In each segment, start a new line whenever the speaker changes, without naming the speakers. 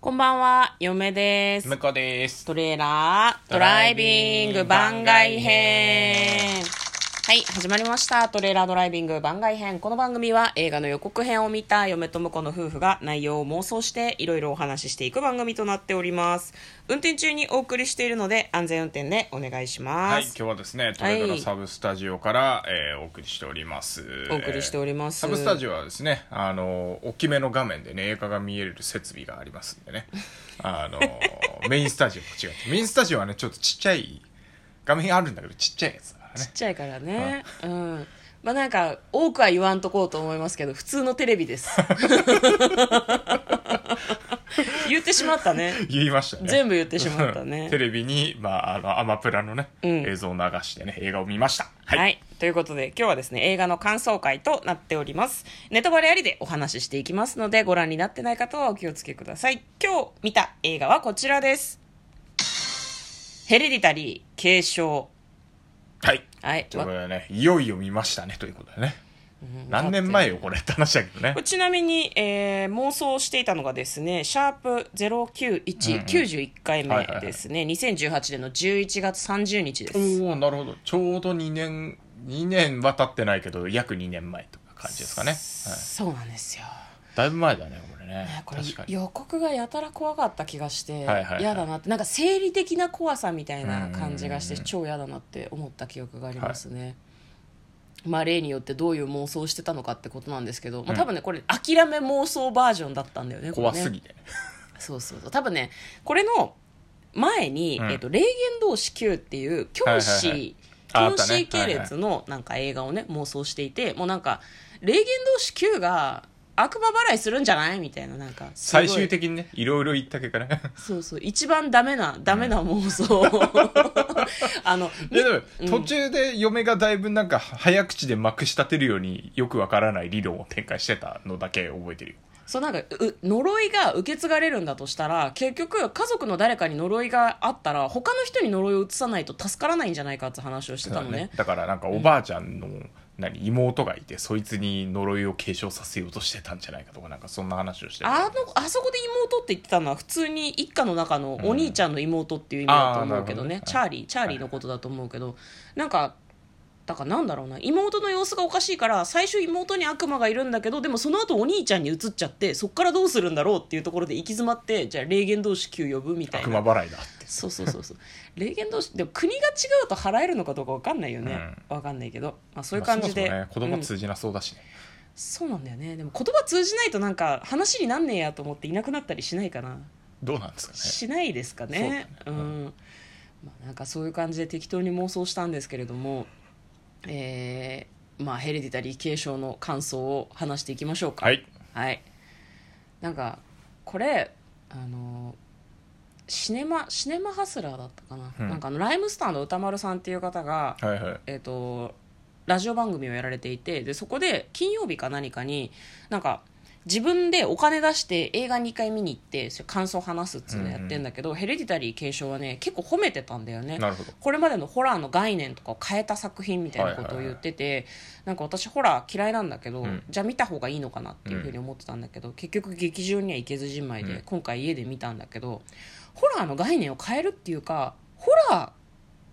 こんばんは、嫁です
向。こうです
トレーラードライビング番外編。はい、始まりました。トレーラードライビング番外編。この番組は映画の予告編を見た嫁と婿の夫婦が内容を妄想していろいろお話ししていく番組となっております。運転中にお送りしているので安全運転でお願いし
は
ま
い今
す。
日はですねトレードのサブスタジオから、えーお送りしております
お送りしております
えーサブスタジオはですねあの大きめの画面でね映画が見える設備がありますんでね あのメインスタジオと違ってメインスタジオはねちょっとちっちゃい画面あるんだけどちっちゃいやつだから
ち
ね
っちゃいからね。うん。まあなんか、多くは言わんとこうと思いますけど、普通のテレビです。 言ってしまったね。
言いましたね
全部言ってしまったね。
テレビに、まあ、あのアマプラのね、映像を流してね映画を見ました
はい、
はい
ということで今日はですね映画の感想会となっておりますネタバレありでお話ししていきますのでご覧になってない方はお気をつけください今日見た映画はこちらですヘレディタリー継承
はい
はい
というこ
わ
とでねいよいよ見ましたねということでね何年前よこれって話だけどね
これちなみに、えー妄想していたのがですね、シャープ091、91回目ですね、2018年の11月30日です。
おおなるほどちょうど2年2年は経ってないけど約2年前とか感じですかね、は
そうなんですよ。
い、だいぶ前だねこれね
ねこれ
確かに
予告がやたら怖かった気がして
はいはいはい
嫌だなってなんか生理的な怖さみたいな感じがして
うんうんうん
超嫌だなって思った記憶がありますね。まあ、例によってどういう妄想をしてたのかってことなんですけど、まあ、多分ねこれ諦め妄想バージョンだったんだよねこれね
怖すぎて、
そうそうそう多分ねこれの前に「
うん
えっと霊言同士 Q」っていう教師、
はいはいはいああっ
教
たね
師系列のなんか映画をね妄想していてもうなんか霊言同士 Q が悪魔払いするんじゃないみたいななんかすごい
最終的にねいろいろ言った結果ね
そうそう一番ダメなダメな妄想、 あの
いやでも、途中で嫁がだいぶなんか早口でまくし立てるようによくわからない理論を展開してたのだけ覚えてるよ
そうなんかう呪いが受け継がれるんだとしたら結局家族の誰かに呪いがあったら他の人に呪いを移さないと助からないんじゃないかって話をしてたのね
だからなんかおばあちゃんの、何妹がいてそいつに呪いを継承させようとしてたんじゃないかとかなんかそんな話をしてた
あのあそこで妹って言ってたのは普通に一家の中のお兄ちゃんの妹っていう意味だと思うけどね,、
うんあーなるほどね
チャーリーチャーリーのことだと思うけど、なんかだからなんだろうな妹の様子がおかしいから最初妹に悪魔がいるんだけどでもその後お兄ちゃんに移っちゃってそっからどうするんだろうっていうところで行き詰まってじゃあ霊言同士級呼ぶみたい
悪
な
魔払いだって
そうそうそうそう霊言同士でも国が違うと払えるのかどうか分かんないよね、分かんないけど、まあ、そういう感じで、
まあそもそも
う
ね、
ん
子供通じなそうだしね、
そうなんだよねでも言葉通じないとなんか話になんねえやと思っていなくなったりしないかな、
どうなんですかね
しないですかねう
そうだね
ん、まあ、なんかそういう感じで適当に妄想したんですけれどもえーまあヘレディタリー継承の感想を話していきましょうか
はい
はいなんかこれあのシネマシネマハスラーだったかな、
うん
なんかあのライムスターの歌丸さんっていう方が
はいはい
えっとラジオ番組をやられていてでそこで金曜日か何かになんか自分でお金出して映画2回見に行ってそれ感想を話すっていうのやってんだけど、ヘレディタリー継承はね結構褒めてたんだよね
なるほど
これまでのホラーの概念とかを変えた作品みたいなことを言ってて、なんか私ホラー嫌いなんだけど、
うん
じゃあ見た方がいいのかなっていうふうに思ってたんだけど、結局劇場には行けずじまいで、
うん
今回家で見たんだけどホラーの概念を変えるっていうかホラ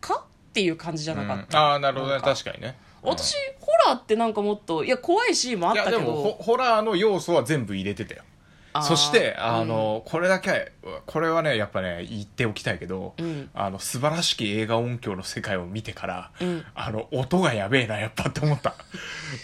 ーかっていう感じじゃなかった、
うんああなるほ
な
どね
んか
確かにね
私、ホラーってなんかもっといや怖いシーンもあ
う
っ
んいや
たけ
で
ど
もホホラーの要素は全部入れてたよ
あー
そしてあの、これだけこれはねやっぱね言っておきたいけど、
うん
あの素晴らしき映画音響の世界を見てから、
うん
あの音がやべえなやっぱって思った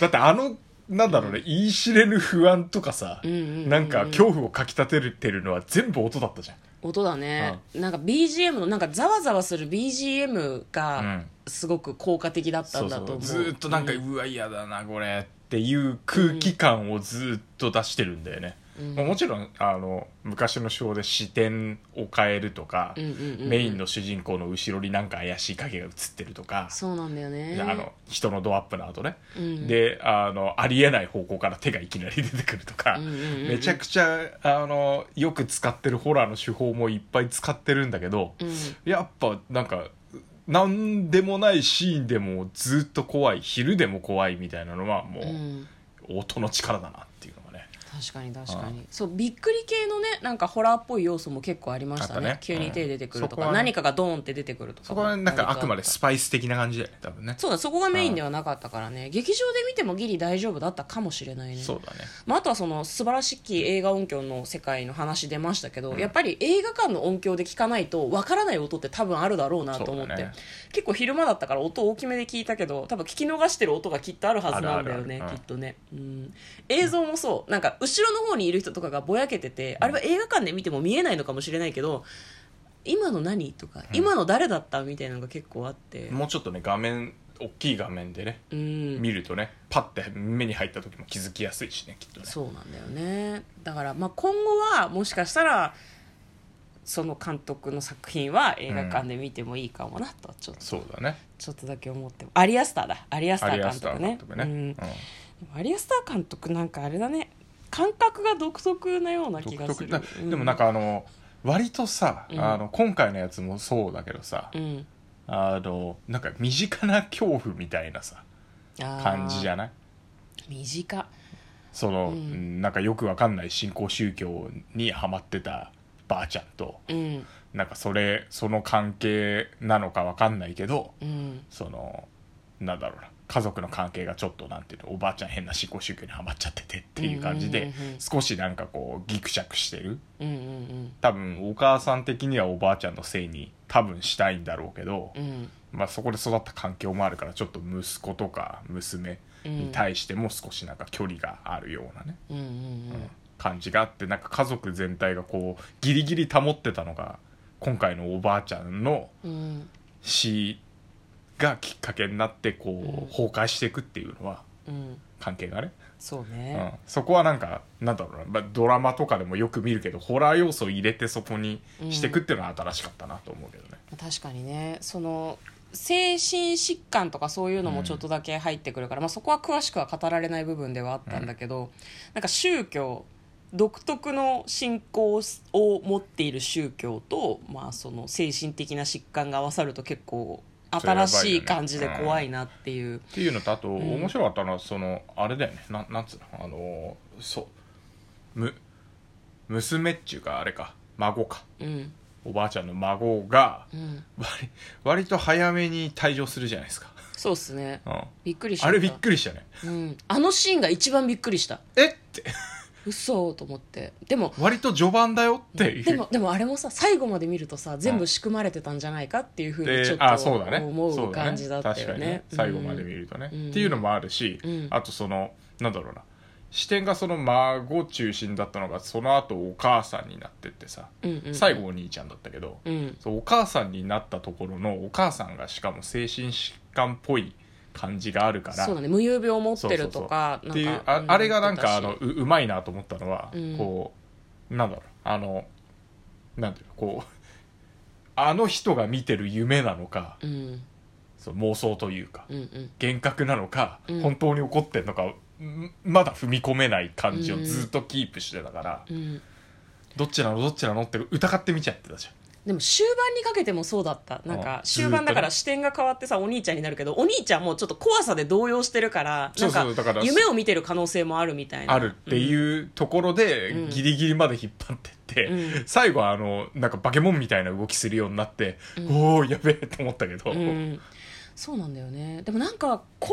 だってあのなんだろうね、言い知れぬ不安とかさ、
うんうんうんうん
なんか恐怖をかきたててるのは全部音だったじゃん
音だね、なんか BGM のなんかざわざわする BGM
う
が
ん
すごく効果的だったんだと思う,、
ずーっとなんか、うわ嫌だなこれっていう空気感をずーっと出してるんだよね、
うん
まあもちろんあの昔の章で視点を変えるとか、
うんうんうんうん
メインの主人公の後ろになんか怪しい影が映ってるとか、
そうなんだよね
あの人のドアップの後ね、
うん
であのありえない方向から手がいきなり出てくるとか、
うんうんうんうん
めちゃくちゃあのよく使ってるホラーの手法もいっぱい使ってるんだけど、
うん
やっぱなんかなんでもないシーンでもずっと怖い昼でも怖いみたいなのはも
うん
う音の力だなっていうのがね
確かに確かにそうびっくり系のねなんかホラーっぽい要素も結構ありましたね
あったね
急に手出てくると
うんそこ
か、
はね
何かがドーンって出てくるとか
そこはなんかあくまで
割と
スパイス的な感じだよね多分ね
そうだそこがメインではなかったからね劇場で見てもギリ大丈夫だったかもしれないね
そうだね
まあ、あとはその素晴らしき映画音響の世界の話出ましたけど、やっぱり映画館の音響で聞かないとわからない音って多分あるだろうなと思って、
そうだね
結構昼間だったから音大きめで聞いたけど多分聞き逃してる音がきっとあるはずなんだよね
あるあるある
きっとね、うん、映像もそうなんか後ろの方にいる人とかがぼやけてて、あれは映画館で見ても見えないのかもしれないけど今の何とか、今の誰だったみたいなのが結構あって、
もうちょっとね画面大きい画面でね
うん、
見るとねパッて目に入った時も気づきやすいしねきっとね
そうなんだよねだから、まあ、今後はもしかしたらその監督の作品は映画館で見てもいいかもなとちょ,、
そうだね
ちょっとだけ思ってアリアスターだアリアスタ
アリ
ー
ア
監
スタ
督
ー
ね
監督ね、うん
うんアリアスター監督なんかあれだね感覚が独特なような気
独
がす
特
る
だでもなん
か
かあの割とさ、
うん
あの今回のやつもそうだけどさ、
うん、
あのなんか身近な恐怖みたいなさ感じじ
ゃ
ゃない
短
その、
うん
うんなんかよくわかんない新興宗教にハマってたばあちゃんと
うん
なんかそれその関係なのかわかんないけど
うん
そのなんだろうな家族の関係がちょっとなんていうのおばあちゃん変な新興宗教にハマっちゃっててっていう感じで、
うんうんうんうん
少しなんかこうギクシャクしてる
うんうん
多分お母さん的にはおばあちゃんのせいに多分したいんだろうけど、
うんうん
まあ、そこで育った環境もあるからちょっと息子とか娘に対しても少しなんか距離があるようなね、
うんうんうん
うん感じがあってなんか家族全体がこうギリギリ保ってたのが今回のおばあちゃんの
うん
死がきっかけになってこう、
うん
崩壊していくっていうのは
うん
関係がね、
そう
う
ね
ん、そこはなんかなんだろうな、まあ、ドラマとかでもよく見るけどホラー要素を入れてそこにしていくっていうのは新しかったなと思うけどね。
確かにねその精神疾患とかそういうのもちょっとだけ入ってくるから、まあ、そこは詳しくは語られない部分ではあったんだけど、なんか宗教独特の信仰を持っている宗教と、まあ、その精神的な疾患が合わさると結構新しい感じで怖いなっていう。
っていうのとあと
ん
面白かったのはそのあれだよねなんなんつうのあのーそうむ娘っちゅうかあれか孫か
うん
おばあちゃんの孫が
うん、
割割と早めに退場するじゃないですか、
そうっすね
うん、
びっくりしちゃ
あ
った
れびっくりしたね
うん、あのシーンが一番びっくりした
えって
嘘と思ってでも
割と序盤だよっていう
でもでもあれもさ最後まで見るとさ全部仕組まれてたんじゃないかっていうふうにちょっ
であそうだ
と
ね
思
そうだね
感じだった
確か
よ
に
ね
最後まで見
る
るとね、
うん
っていうのもあるし、
うん
あとそのなんだろうな視点がその孫中心だったのがその後お母さんになってってさ、最後お兄ちゃんだったけど、
うん
そうお母さんになったところのお母さんがしかも精神疾患っぽい感じがあるから
そうだね無遊病を持ってるとか
ってい
な
うん
か
ああれがなんかあ
言
の
って
ううまいなと思ったのは、
うん
こうなんだろうあのなんていうのこう あの人が見てる夢なのか
たしうん
そう妄想というか、
うんうん
幻覚なのか、
うん
本当に起こってんのかんまだ踏み込めない感じをずっとキープしてたから、
うん
どっちなのどっちなのって疑ってみちゃってたじゃん。
でも終盤にかけてもそうだったなんか
あ
終盤だから
ずーっとね
視点が変わってさお兄ちゃんになるけどお兄ちゃんもちょっと怖さで動揺してるから
そ
な
うん
か
そうだから
夢を見てる可能性もあるみたいな
あるって
うん
いうところで、
うん
ギリギリまで引っ張ってって、
う
最後はあのなんかバケモンみたいな動きするようになって、おおやべえと思ったけど、
うん、そうなんだよねでもなんか後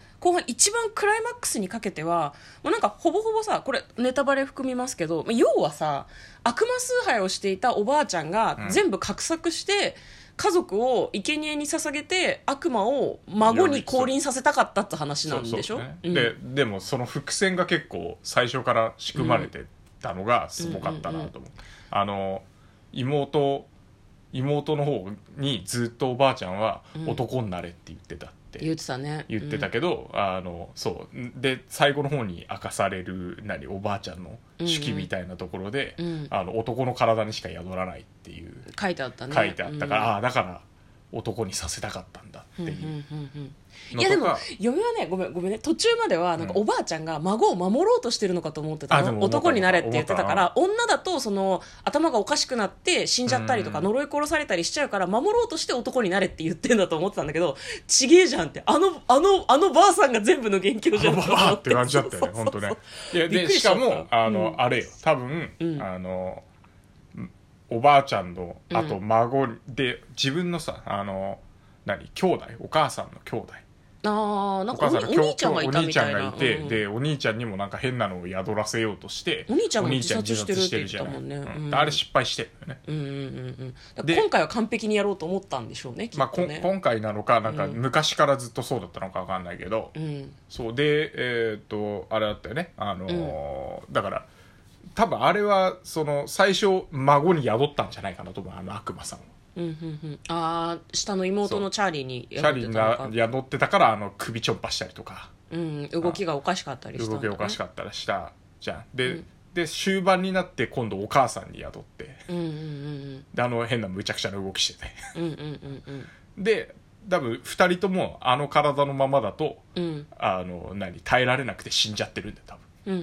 半後半一番クライマックスにかけてはもうなんかほぼほぼさこれネタバレ含みますけどまあ要はさ悪魔崇拝をしていたおばあちゃんが
うん
全部画策して、家族を生贄に捧げて悪魔を孫に降臨させたかったって話なんでしょ
そうそう
うん
ねででもその伏線が結構最初から仕組まれてたのがすごかったなと思う、あの妹妹の方にずっとおばあちゃんは
うん
男になれって言ってたって
言ってたね
言ってたけど、あのそうんで最後の方に明かされる何おばあちゃんの手記みたいなところで、
うんうん
あの男の体にしか宿らないっていう
書いてあったね
書いてあったから、
うん
ああだから男にさせたかったんだっっていう
うんうんうんうん、
の
いやで
と
も
か、
嫁はねごめんごめんね途中まではなんか
うん
おばあちゃんが孫を守ろうとしてるのかと思ってた
あでも
の
思った
男になれって言ってたか
思
ら女だとその頭がおかしくなって死んじゃったりとか
うん
呪い殺されたりしちゃうから守ろうとして男になれって言ってんだと思ってたんだけどちげえじゃんってあのあのあのばあさんが全部の元凶じゃん
ババーって感じだったよね、本当ね。いや、
びっ
で、
くり
し
しちゃ
か
った
も、あの、あれよ、多分、
うん
あの、おばあちゃんの、あと孫で、自分のさ、あの、何、兄弟、お母さんの兄弟。
ああなん
お
かお
母さんの
にお兄ちゃんがい
お
たみ
兄ちゃ
た
ん
い
が
ない
て、
うん
で、お兄ちゃんにもなんか変なのを宿らせようとして、
お兄ちゃんも
お
自殺してるって言って
じゃ
た
ない
もんね
う
うん
んあれ失敗してるよね。
うんうんうんうんだから
で
今回は完璧にやろうと思ったんでしょうねき
まあ、
っ
ことん
ね、
今回なのか、なんか
うん
昔からずっとそうだったのかわかんないけど、
うん
そうでえっとあれだったよねあのーだから多分あれはその最初孫に宿ったんじゃないかなと思うあの悪魔さんは
うんうんうん、ああ下の妹のチャーリーに
チ
や
ャ
られ
リ
てた
ー
のか
が宿ってたからあの首ちょんぱしたりとか
うん、動きがおかしかったりしたんだ
動
ね、
きおかしかったらしたじゃんで、
うん
で終盤になって今度お母さんに宿って
うんうんうん
であの変なむちゃくちゃな動きしてて
うんうんうんうん
で多分二人ともあの体のままだと
うん
あの何耐えられなくて死んじゃってるんだよ多分
うんうんう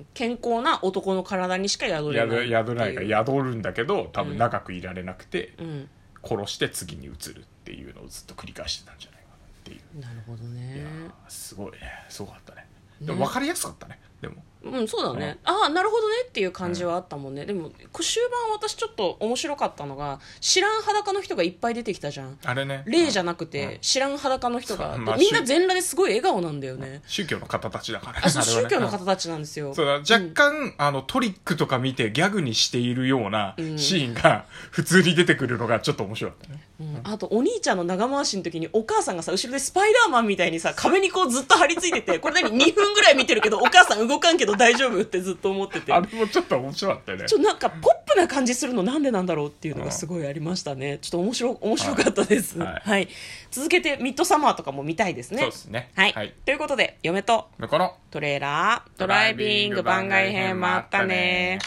ん健康な男の体にしか宿れない
宿宿らないから宿るんだけど多分長くいられなくて、
うん
殺して次に移るっていうのをずっと繰り返してたんじゃないかなっていう、
なるほど
いや
ね
ーすごいねすごかったねでも分かりやすかったねでも
うんそうだね、ああなるほどねっていう感じはあったもんね、でもこ終盤私ちょっと面白かったのが知らん裸の人がいっぱい出てきたじゃん
あれね
例じゃ
うん
なくて、知らん裸の人が、
そうまあ
みんな全裸ですごい笑顔なんだよね、
宗教の方たちだからね
あそう宗
れはね
教の
う
方
ん
たちなんですよ、
そうだ若干、あのトリックとか見てギャグにしているようなシ
うん
ーンが 普通に出てくるのがちょっと面白かったね、
うんあとお兄ちゃんの長回しの時にお母さんがさ後ろでスパイダーマンみたいにさ壁にこうずっと張り付いててこれ何2分ぐらい見てるけどお母さん動かんけど大丈夫ってずっと思ってて
あれもちょっと面白かったよね
ちょなんかポップな感じするのなんでなんだろうっていうのがすごいありましたねちょっと面白面白かったですは
はいい、
続けてミッドサマーとかも見たいですね
そうですね
はい、
はい
ということで嫁と
だから
トレーラードライビング番外編もあったね